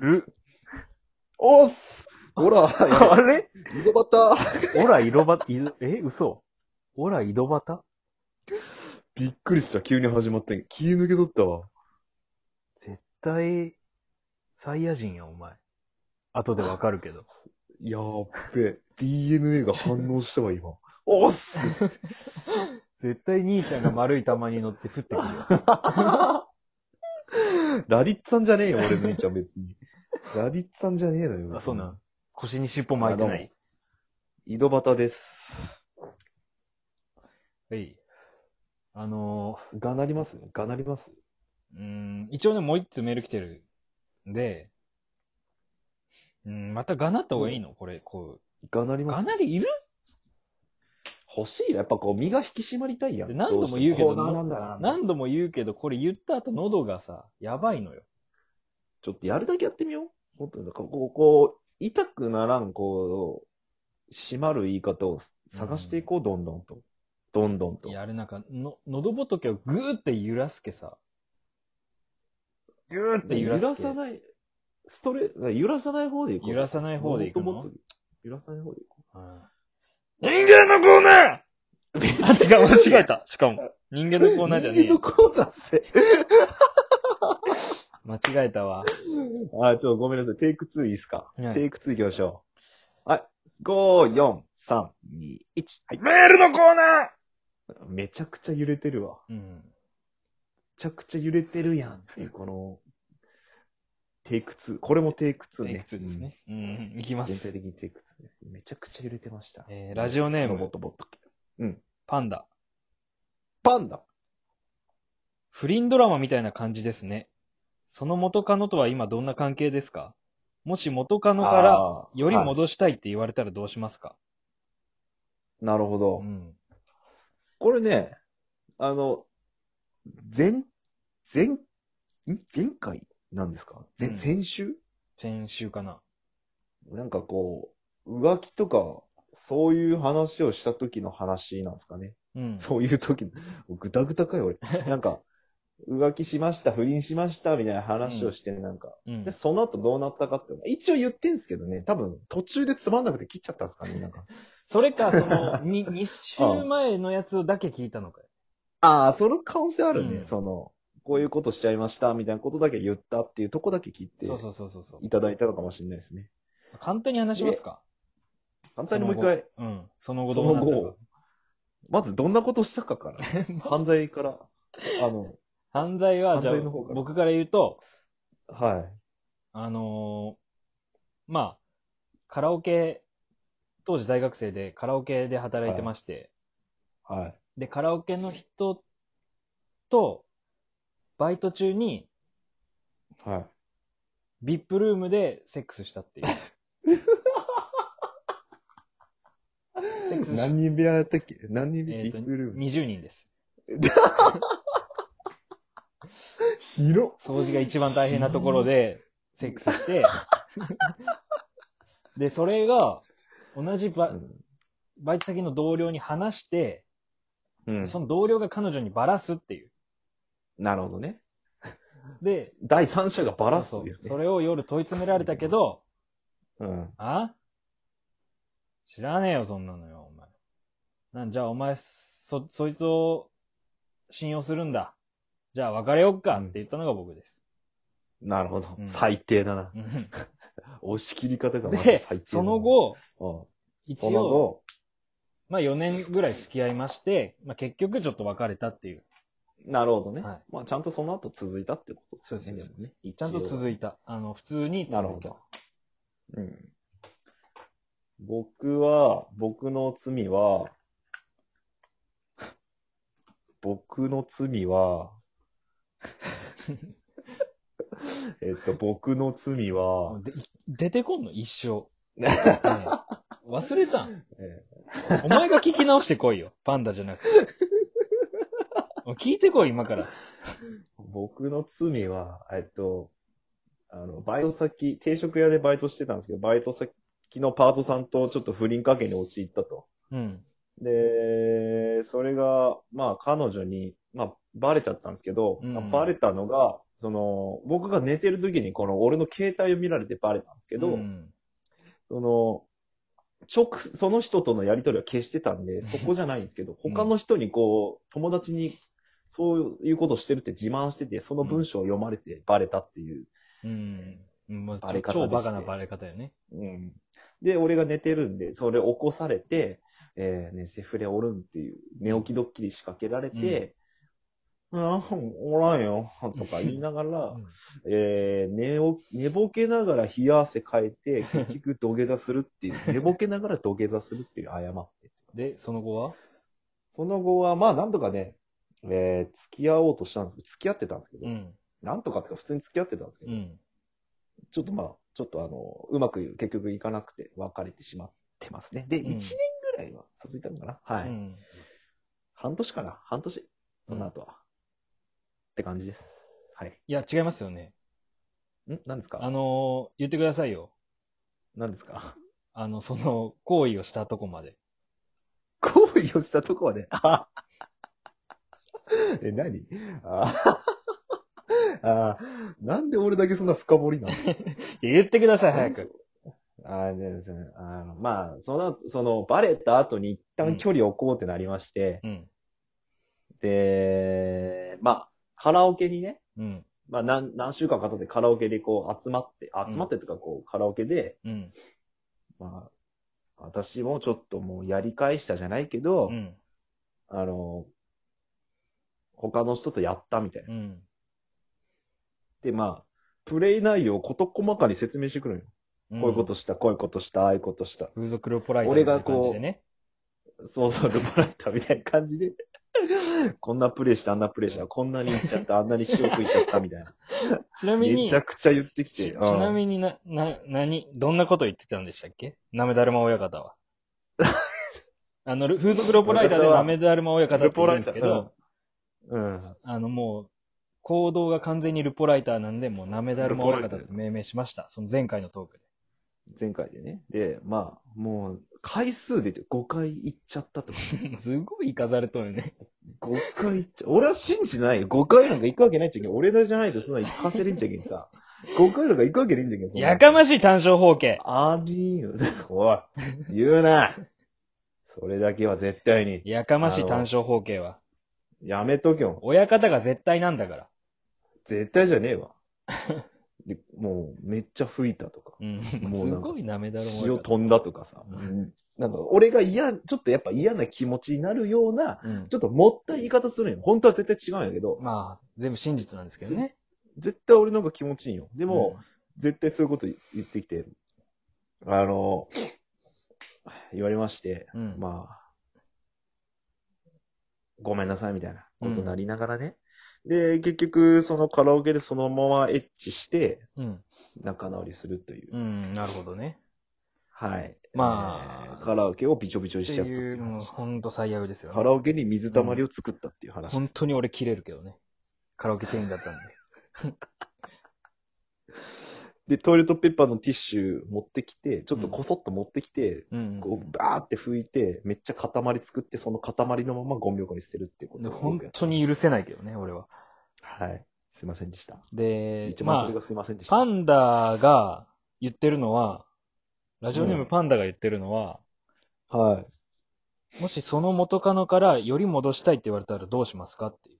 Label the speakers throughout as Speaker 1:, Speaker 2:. Speaker 1: る。
Speaker 2: お っすほら、
Speaker 1: あれ
Speaker 2: 井戸端
Speaker 1: オラ、井戸端、いどえ、嘘オラ、井戸端
Speaker 2: びっくりした、急に始まってん。気抜けとったわ。
Speaker 1: 絶対、サイヤ人や、お前。後でわかるけど。
Speaker 2: やーっべ、DNA が反応したわ、今。おっす
Speaker 1: 絶対兄ちゃんが丸い玉に乗って降ってくるよ。
Speaker 2: ラディッツさんじゃねえよ、俺の兄ちゃん別に。ラディッツさんじゃねえのよ。
Speaker 1: あ、そうなん。腰に尻尾巻いてな
Speaker 2: あど
Speaker 1: い。
Speaker 2: 井戸端です。
Speaker 1: はい。あの
Speaker 2: がなりますがなります
Speaker 1: ー、うーん、一応ね、もう一つメール来てるんで、うん、またがなった方がいいのこれ、こ
Speaker 2: がなり
Speaker 1: う。
Speaker 2: ま
Speaker 1: が
Speaker 2: す
Speaker 1: なりいる
Speaker 2: 欲しいよ。やっぱこう、身が引き締まりたいやん。
Speaker 1: 何度も言うけど
Speaker 2: コーナーなんだな。
Speaker 1: 何度も言うけど、これ言った後喉がさ、やばいのよ。
Speaker 2: ちょっとやるだけやってみよう。本当に、ここ、こう、痛くならん、こう、締まる言い方を探していこう、どんどんと。どんどんと
Speaker 1: い。や、あれなんか、の、喉仏をぐーって揺らすけさ。ぐーって揺
Speaker 2: 揺
Speaker 1: らす
Speaker 2: ら
Speaker 1: け。
Speaker 2: さない、ストレ、揺らさない方でいこう。
Speaker 1: 揺らさない方でいくの
Speaker 2: もっともっと揺らさない方でいこ
Speaker 1: うん人間のコーナー
Speaker 2: う。
Speaker 1: あ、違う、間違えた。しかも。人間のコーナーじゃねえ
Speaker 2: 人間の
Speaker 1: よ。
Speaker 2: コーナーせ。
Speaker 1: 間違えたわ。
Speaker 2: あ、ちょっとごめんなさい。テイク2いいっすか、
Speaker 1: はい
Speaker 2: テイク2行きましょう。はい。5、4、3、2、1。はい。
Speaker 1: メールのコーナー
Speaker 2: めちゃくちゃ揺れてるわ。
Speaker 1: うん。
Speaker 2: めちゃくちゃ揺れてるやんっていう、この、テイク2。これもテイク2
Speaker 1: テ
Speaker 2: ね。
Speaker 1: イク2ですね。うん、いき
Speaker 2: う
Speaker 1: ま
Speaker 2: ん。全体
Speaker 1: す。
Speaker 2: 的にテイク2です。めちゃくちゃ揺れてました。
Speaker 1: えー、ラジオネー
Speaker 2: もっ
Speaker 1: ム、
Speaker 2: ともっと。
Speaker 1: パンダ。
Speaker 2: パンダ
Speaker 1: 不倫ドラマみたいな感じですね。その元カノとは今どんな関係ですかもし元カノから、
Speaker 2: あー
Speaker 1: より
Speaker 2: はい
Speaker 1: 戻したいって言われたらどうしますか、
Speaker 2: なるほど。
Speaker 1: うん。
Speaker 2: これね、あの、前、前、ん前回なんですか前、
Speaker 1: うん
Speaker 2: 先週
Speaker 1: 先週かな。
Speaker 2: なんかこう、浮気とか、そういう話をした時の話なんですかね。
Speaker 1: うん。
Speaker 2: そういう時の、ぐたぐたかよ、俺。 なんか、浮気しました、不倫しました、みたいな話をして、なんか。
Speaker 1: う。ん
Speaker 2: で、。その後どうなったかって、一応言ってんすけどね、多分途中でつまんなくて切っちゃったんですかね、なんか。
Speaker 1: それか、その、 に、2週前のやつだけ聞いたのかよ。
Speaker 2: ああ、その可能性あるね、
Speaker 1: うん
Speaker 2: その、こういうことしちゃいました、みたいなことだけ言ったっていうとこだけ切って
Speaker 1: そうそうそうそうそう。
Speaker 2: いただいたのかもしれないですね。
Speaker 1: 簡単に話しますか。
Speaker 2: 反対にもう一回、
Speaker 1: うん。その後
Speaker 2: そ
Speaker 1: どう
Speaker 2: の
Speaker 1: なっ
Speaker 2: 後、まずどんなことした かから、
Speaker 1: たか。
Speaker 2: 犯罪から、あの、
Speaker 1: 犯罪は、じゃあ
Speaker 2: 犯罪の方、から
Speaker 1: 僕から言うと、
Speaker 2: はい。
Speaker 1: あのーまあ、カラオケ、当時大学生でカラオケで働いてまして、
Speaker 2: はい。
Speaker 1: で、カラオケの人と、バイト中に、
Speaker 2: はい。
Speaker 1: VIP ルームでセックスしたっていう。 セックスし
Speaker 2: 何人部屋やったっけ何人部屋
Speaker 1: えっ、
Speaker 2: ビ
Speaker 1: と、
Speaker 2: ッグルーム。
Speaker 1: 20人です。
Speaker 2: 広っ
Speaker 1: 掃除が一番大変なところで、セックス して、で、それが、同じババイト先の同僚に話して、
Speaker 2: うん。うん
Speaker 1: その同僚が彼女にバラすっていう。
Speaker 2: なるほどね。
Speaker 1: で、
Speaker 2: 第三者がバラす
Speaker 1: そう
Speaker 2: とい
Speaker 1: そうう
Speaker 2: ね。
Speaker 1: それを夜問い詰められたけど、
Speaker 2: うん。
Speaker 1: あ知らねえよ、そんなのよ、お前。なんじゃあ、お前、そ、そいつを信用するんだ。じゃあ、別れよっかって言ったのが僕です。
Speaker 2: なるほど
Speaker 1: う。ん
Speaker 2: 最低だな。
Speaker 1: うん
Speaker 2: 押し切り方がまず最
Speaker 1: で
Speaker 2: 低だな、
Speaker 1: その後、
Speaker 2: うん、
Speaker 1: 一
Speaker 2: その
Speaker 1: 応、
Speaker 2: 後、
Speaker 1: まあ4年ぐらい付き合いまして、まあ結局ちょっと別れたっていう。
Speaker 2: なるほどね。
Speaker 1: はい
Speaker 2: まあ、ちゃんとその後続いたってことですよね。
Speaker 1: そうそうそう
Speaker 2: でもね。
Speaker 1: ちゃんと続
Speaker 2: い
Speaker 1: いた。あの、普通に続いた。
Speaker 2: なるほど。うん。僕は、僕の罪は、僕の 罪は、えっと、僕の罪は、
Speaker 1: で出てこんの一生。ねえ忘れたん
Speaker 2: え
Speaker 1: お前が聞き直してこいよ。パンダじゃなく て。お聞いてこい、今から。
Speaker 2: 僕の罪は、えっと、あの、バイト先、定食屋でバイトしてたんですけど、バイト先のパートさんとちょっと不倫関係に陥ったと。
Speaker 1: うん。
Speaker 2: で、それが、まあ、彼女に、まあ、バレちゃったんですけど、
Speaker 1: うん
Speaker 2: まあバレたのが、その、僕が寝てる時にこの俺の携帯を見られてバレたんですけ
Speaker 1: け
Speaker 2: ど、
Speaker 1: うん。
Speaker 2: その、直、その人とのやりとりは消してた んで、そこじゃないんですけど、
Speaker 1: うん
Speaker 2: 他の人にこう、友達にそういうことしてるって自慢してて、その文章を読まれてバレたっていう。
Speaker 1: うん。うんまあ、
Speaker 2: バ
Speaker 1: ちょ
Speaker 2: レ方
Speaker 1: 超
Speaker 2: でして
Speaker 1: バカなバレ方よね。
Speaker 2: うん。で、俺が寝てるんで、それ起こされて、えーね、セフレおるんっていう、寝起きドッキリ仕掛けられて、ああ、おらんよ、とか言いなが ら、えー寝お、寝ぼけながら冷や汗かい て、結局土下座するっていう、寝ぼけながら土下座するっていう謝って。
Speaker 1: で、その後は
Speaker 2: その後は、まあ、なんとかね、えー付き合おうとしたんですけど、付き合ってたんですけど、
Speaker 1: うん。
Speaker 2: なんとかっていうか、普通に付き合ってたんですけ
Speaker 1: う
Speaker 2: ど、
Speaker 1: ん。
Speaker 2: ちょっとまあ、ちょっとあの、うまく結局いかなくて、別れてしまってますね。で、
Speaker 1: ん
Speaker 2: 1年ぐらいは続いたのかな、はい。
Speaker 1: うん。
Speaker 2: 半年かな半年その後は、って感じです。はい。
Speaker 1: いや、違いますよね。
Speaker 2: ん何です
Speaker 1: あ
Speaker 2: か
Speaker 1: のー言ってくださいよ。
Speaker 2: 何ですか
Speaker 1: あの、その、行為をしたとこまで。
Speaker 2: 行為をしたとこはね、あえ、何ああ、なんで俺だけそんな深掘りなの
Speaker 1: いや言ってください、 早
Speaker 2: そう
Speaker 1: く。。
Speaker 2: あー全然、あの、まあ、その、その、バレた後に一旦距離を置こうってなりまして、
Speaker 1: うん。
Speaker 2: で、まあ、カラオケにね、
Speaker 1: うん。
Speaker 2: まあ、何、何週間か経ってカラオケでこう集まって、集まってとかこう、カラオケで、
Speaker 1: うん。
Speaker 2: まあ、私もちょっともうやり返したじゃないけど、
Speaker 1: うん。
Speaker 2: あの、他の人とやったみたいな。
Speaker 1: うん。
Speaker 2: で、まあ、プレイ内容を事細かに説明してくるのよ。こういうことした、こういうことした、ああいうことした。
Speaker 1: 風俗ロポライターみ
Speaker 2: 俺
Speaker 1: たい
Speaker 2: が
Speaker 1: な感
Speaker 2: こう
Speaker 1: じでね。
Speaker 2: そうそう、ルポライターみたいな感じで、 こんなプレイして、あんなプレイした、こんなにいっちゃった、あんなに塩食いちゃったみたいな。
Speaker 1: ちなみ
Speaker 2: め
Speaker 1: に
Speaker 2: ち、ゃくちゃ言ってき
Speaker 1: ち
Speaker 2: て。
Speaker 1: ちな
Speaker 2: に。
Speaker 1: みにな、な、なに、どんなこと言ってたんでしたっけなめだるま親方 は。あの、ル風俗ロポライターで
Speaker 2: 親方は
Speaker 1: なめだるま親方って言うんですけど、
Speaker 2: うん。
Speaker 1: あのもう、行動が完全にルポライターなんで、もうなめだるま親方と命名しました。その前回のトークで。
Speaker 2: 前回でね。で、まあ、もう、回数で言って5回行っちゃったとか。
Speaker 1: すごい行かされとるね。
Speaker 2: 5回行っちゃ、俺は信じないよ。5回なんか行くわけないっちゃけん。俺らじゃないとそんな行かせれんちゃけんさ。5回なんか行くわけねえんじゃけん。そんな
Speaker 1: やかましい単勝方形。
Speaker 2: ありんよ。 おい、言うな。それだけは絶対に。
Speaker 1: やかましい単勝方形は。
Speaker 2: やめとけよ。
Speaker 1: 親方が絶対なんだから。
Speaker 2: 絶対じゃねえわ。で、もう、めっちゃ吹いたとか、
Speaker 1: うん。す
Speaker 2: もうなんか
Speaker 1: ごいなめだるま親
Speaker 2: 塩
Speaker 1: 方。
Speaker 2: 飛んだとかさ、
Speaker 1: う
Speaker 2: なんか、俺が嫌、ちょっとやっぱ嫌な気持ちになるような、
Speaker 1: うん
Speaker 2: ちょっともったい言い方するんよ。本当は絶対違うんやけど、
Speaker 1: まあ、全部真実なんですけどね。
Speaker 2: 絶対俺の方が気持ちいいんよ。で
Speaker 1: で
Speaker 2: も、、絶対そういうこと言ってきて、あの、言われまして、
Speaker 1: うん。
Speaker 2: まあ、ごめんなさいみたいなことになりながらね。で、結局、そのカラオケでそのままエッチして、
Speaker 1: うん。
Speaker 2: 仲直りするという。
Speaker 1: うん、なるほどね。
Speaker 2: はい。
Speaker 1: まあ
Speaker 2: えーカラオケをびちょびちょに
Speaker 1: って
Speaker 2: しちゃったってい
Speaker 1: いうう、もう
Speaker 2: 話です
Speaker 1: ほんと最悪ですよ、
Speaker 2: カ
Speaker 1: ね。
Speaker 2: ラオケに水たまりを作ったっていう話。
Speaker 1: 本当に俺切れるけどね。カラオケ店員だったんで。
Speaker 2: で、トイレットペーパーのティッシュ持ってきて、ちょっとこそっと持ってきて、
Speaker 1: うん。
Speaker 2: こう、バーって拭いて、めっちゃ塊作って、その塊のままゴミ箱に捨てるっていうこと
Speaker 1: で
Speaker 2: を
Speaker 1: 本
Speaker 2: 僕やった
Speaker 1: 当。に許せないけどね、俺は。
Speaker 2: はい。すいませんでした。
Speaker 1: で、
Speaker 2: 一番そ
Speaker 1: ま
Speaker 2: れ
Speaker 1: あ
Speaker 2: が、すいませんでした。
Speaker 1: パンダが言ってるのは、ラジオネー
Speaker 2: う
Speaker 1: ム
Speaker 2: ん
Speaker 1: パンダが言ってるのは、
Speaker 2: はい。
Speaker 1: もしその元カノからより戻したいって言われたらどうしますかっていう。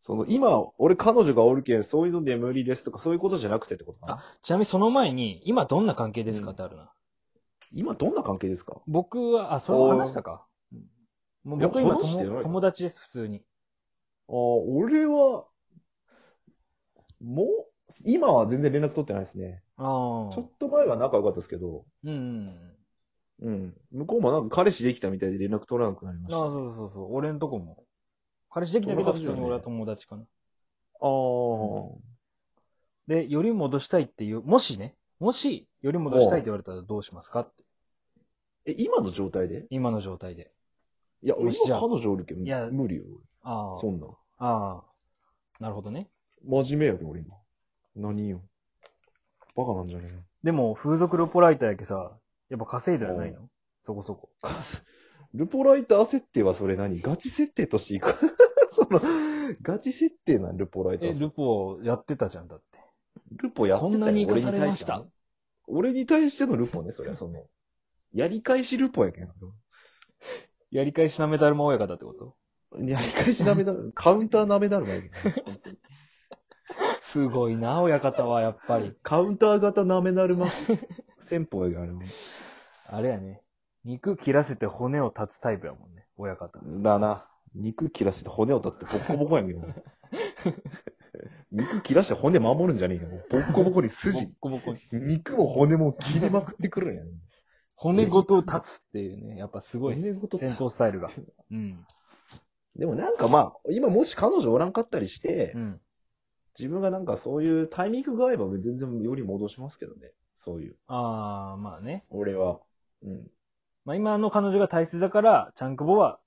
Speaker 2: その、今、俺彼女がおるけん、そういうので無理ですとか、そういうことじゃなくてってことかな
Speaker 1: あ、ちなみにその前に、今どんな関係ですかってあるな。
Speaker 2: 今どんな関係ですか
Speaker 1: 僕は、あ、それは話したか。もう僕はい
Speaker 2: や
Speaker 1: 今
Speaker 2: 話してない
Speaker 1: 友友達です、普通に。
Speaker 2: あー俺は、もう、今は全然連絡取ってないですね。
Speaker 1: ああ。
Speaker 2: ちょっと前は仲良かったですけど、
Speaker 1: うんうん
Speaker 2: うん。向こうもなんか彼氏できたみたいで連絡取らなくなり
Speaker 1: う
Speaker 2: ま
Speaker 1: ん。
Speaker 2: し
Speaker 1: ああ、
Speaker 2: た。あ
Speaker 1: そうそうそう。俺んとこも。彼氏できたけど、普
Speaker 2: 友達
Speaker 1: 通
Speaker 2: よね
Speaker 1: に俺は友達かな。
Speaker 2: あー、
Speaker 1: で、より戻したいっていう、もしね、もし、より戻したいって言われたらどうしますかって。
Speaker 2: え、今の状態で
Speaker 1: 今の状態で。
Speaker 2: いや、
Speaker 1: よ
Speaker 2: 今
Speaker 1: しじゃあ
Speaker 2: 彼女おるけど、
Speaker 1: いや
Speaker 2: 無理よ。
Speaker 1: あ
Speaker 2: そ
Speaker 1: あ。
Speaker 2: んな。
Speaker 1: ああ。なるほどね。
Speaker 2: 真面目やけど、俺今。何よ。バカなんじゃねえの
Speaker 1: でも、風俗ロポライターやけさ、やっぱ稼いではないのそこそこ。
Speaker 2: ルポライター設定はそれ何ガチ設定としていくその、ガチ設定なん、ルポライタ
Speaker 1: え、
Speaker 2: ーさん。
Speaker 1: ルポやってたじゃん、だって。
Speaker 2: ルポやってた
Speaker 1: こ
Speaker 2: よ
Speaker 1: んなに生かされ
Speaker 2: 俺
Speaker 1: ま
Speaker 2: に対
Speaker 1: してた
Speaker 2: ね。俺に対してのルポね、それは、そ の、やり返しルポやけん。
Speaker 1: やり返しなメダルも親方ってこと
Speaker 2: やり返しダメだろ。カウンターダメだろ、やけん
Speaker 1: すごいな、親方は、やっぱり。
Speaker 2: カウンター型なめな るま、戦法やけんあれも
Speaker 1: あれやね。肉切らせて骨を断つタイプやもんね、親方。
Speaker 2: だな。肉切らして骨を立ってボッコボコやけど。肉切らして骨守るんじゃねえよ。ボッコボコ
Speaker 1: ボ
Speaker 2: に筋
Speaker 1: ッ、コボコに
Speaker 2: 肉も骨も切りまくってくるんやね。
Speaker 1: 骨ごと断つっていうね、やっぱすごい
Speaker 2: 骨ごと
Speaker 1: 戦闘スタイルが。うん。
Speaker 2: でもなんかまあ、今もし彼女おらんかったりして
Speaker 1: う、ん。
Speaker 2: 自分がなんかそういうタイミングが合えば全然より戻しますけどね。そういう。
Speaker 1: あー、まあね。
Speaker 2: 俺は。うん。
Speaker 1: まあ今の彼女が大切だから、チャンクボは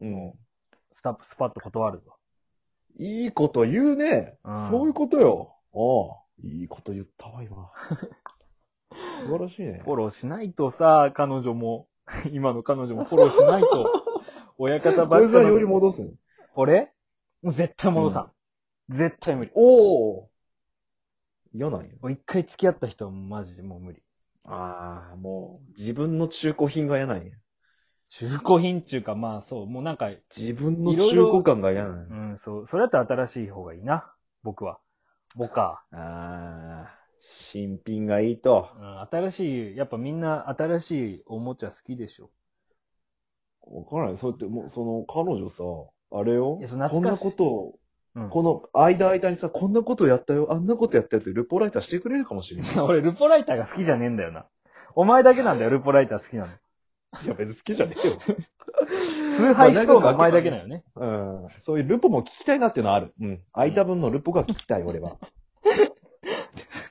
Speaker 2: うん。
Speaker 1: スタップスパッと断るぞ。
Speaker 2: いいこと言うね。
Speaker 1: うん
Speaker 2: そういうことよ。ああ。いいこと言ったわ、今。 素晴らしいね。
Speaker 1: フォローしないとさ、彼女も、 今の彼女もフォローしないと、親方ばっ
Speaker 2: 俺
Speaker 1: か
Speaker 2: さ、
Speaker 1: の
Speaker 2: より戻すね。
Speaker 1: 俺もう絶対戻さん。絶対無理。
Speaker 2: おお嫌なんよ。
Speaker 1: もう一回付き合った人はマジでもう無理。
Speaker 2: ああ、もう、自分の中古品が嫌なんや。
Speaker 1: 中古品中か、まあそう、もうなんか、
Speaker 2: 自分の中古感が嫌なんや。
Speaker 1: うん、そう、それだったら新しい方がいいな。僕は。僕か。
Speaker 2: ああ、新品がいいと。
Speaker 1: うん、新しい、やっぱみんな新しいおもちゃ好きでしょ。
Speaker 2: わからない。そうやって、もう、その、彼女さ、あれよ
Speaker 1: いやその懐
Speaker 2: こんな
Speaker 1: かしい
Speaker 2: ことを、
Speaker 1: うん
Speaker 2: この間間にさ、こんなことやったよ、あんなことやったよって、ルポライターしてくれるかもしれない。
Speaker 1: 俺、ルポライターが好きじゃねえんだよな。お前だけなんだよ、ルポライター好きなの。
Speaker 2: いや、別に好きじゃねえ よ。
Speaker 1: 崇拝しとうのお前だけだよね。
Speaker 2: うん。そういうルポも聞きたいなっていうのはある。うん。空いた分のルポが聞きたい、俺は。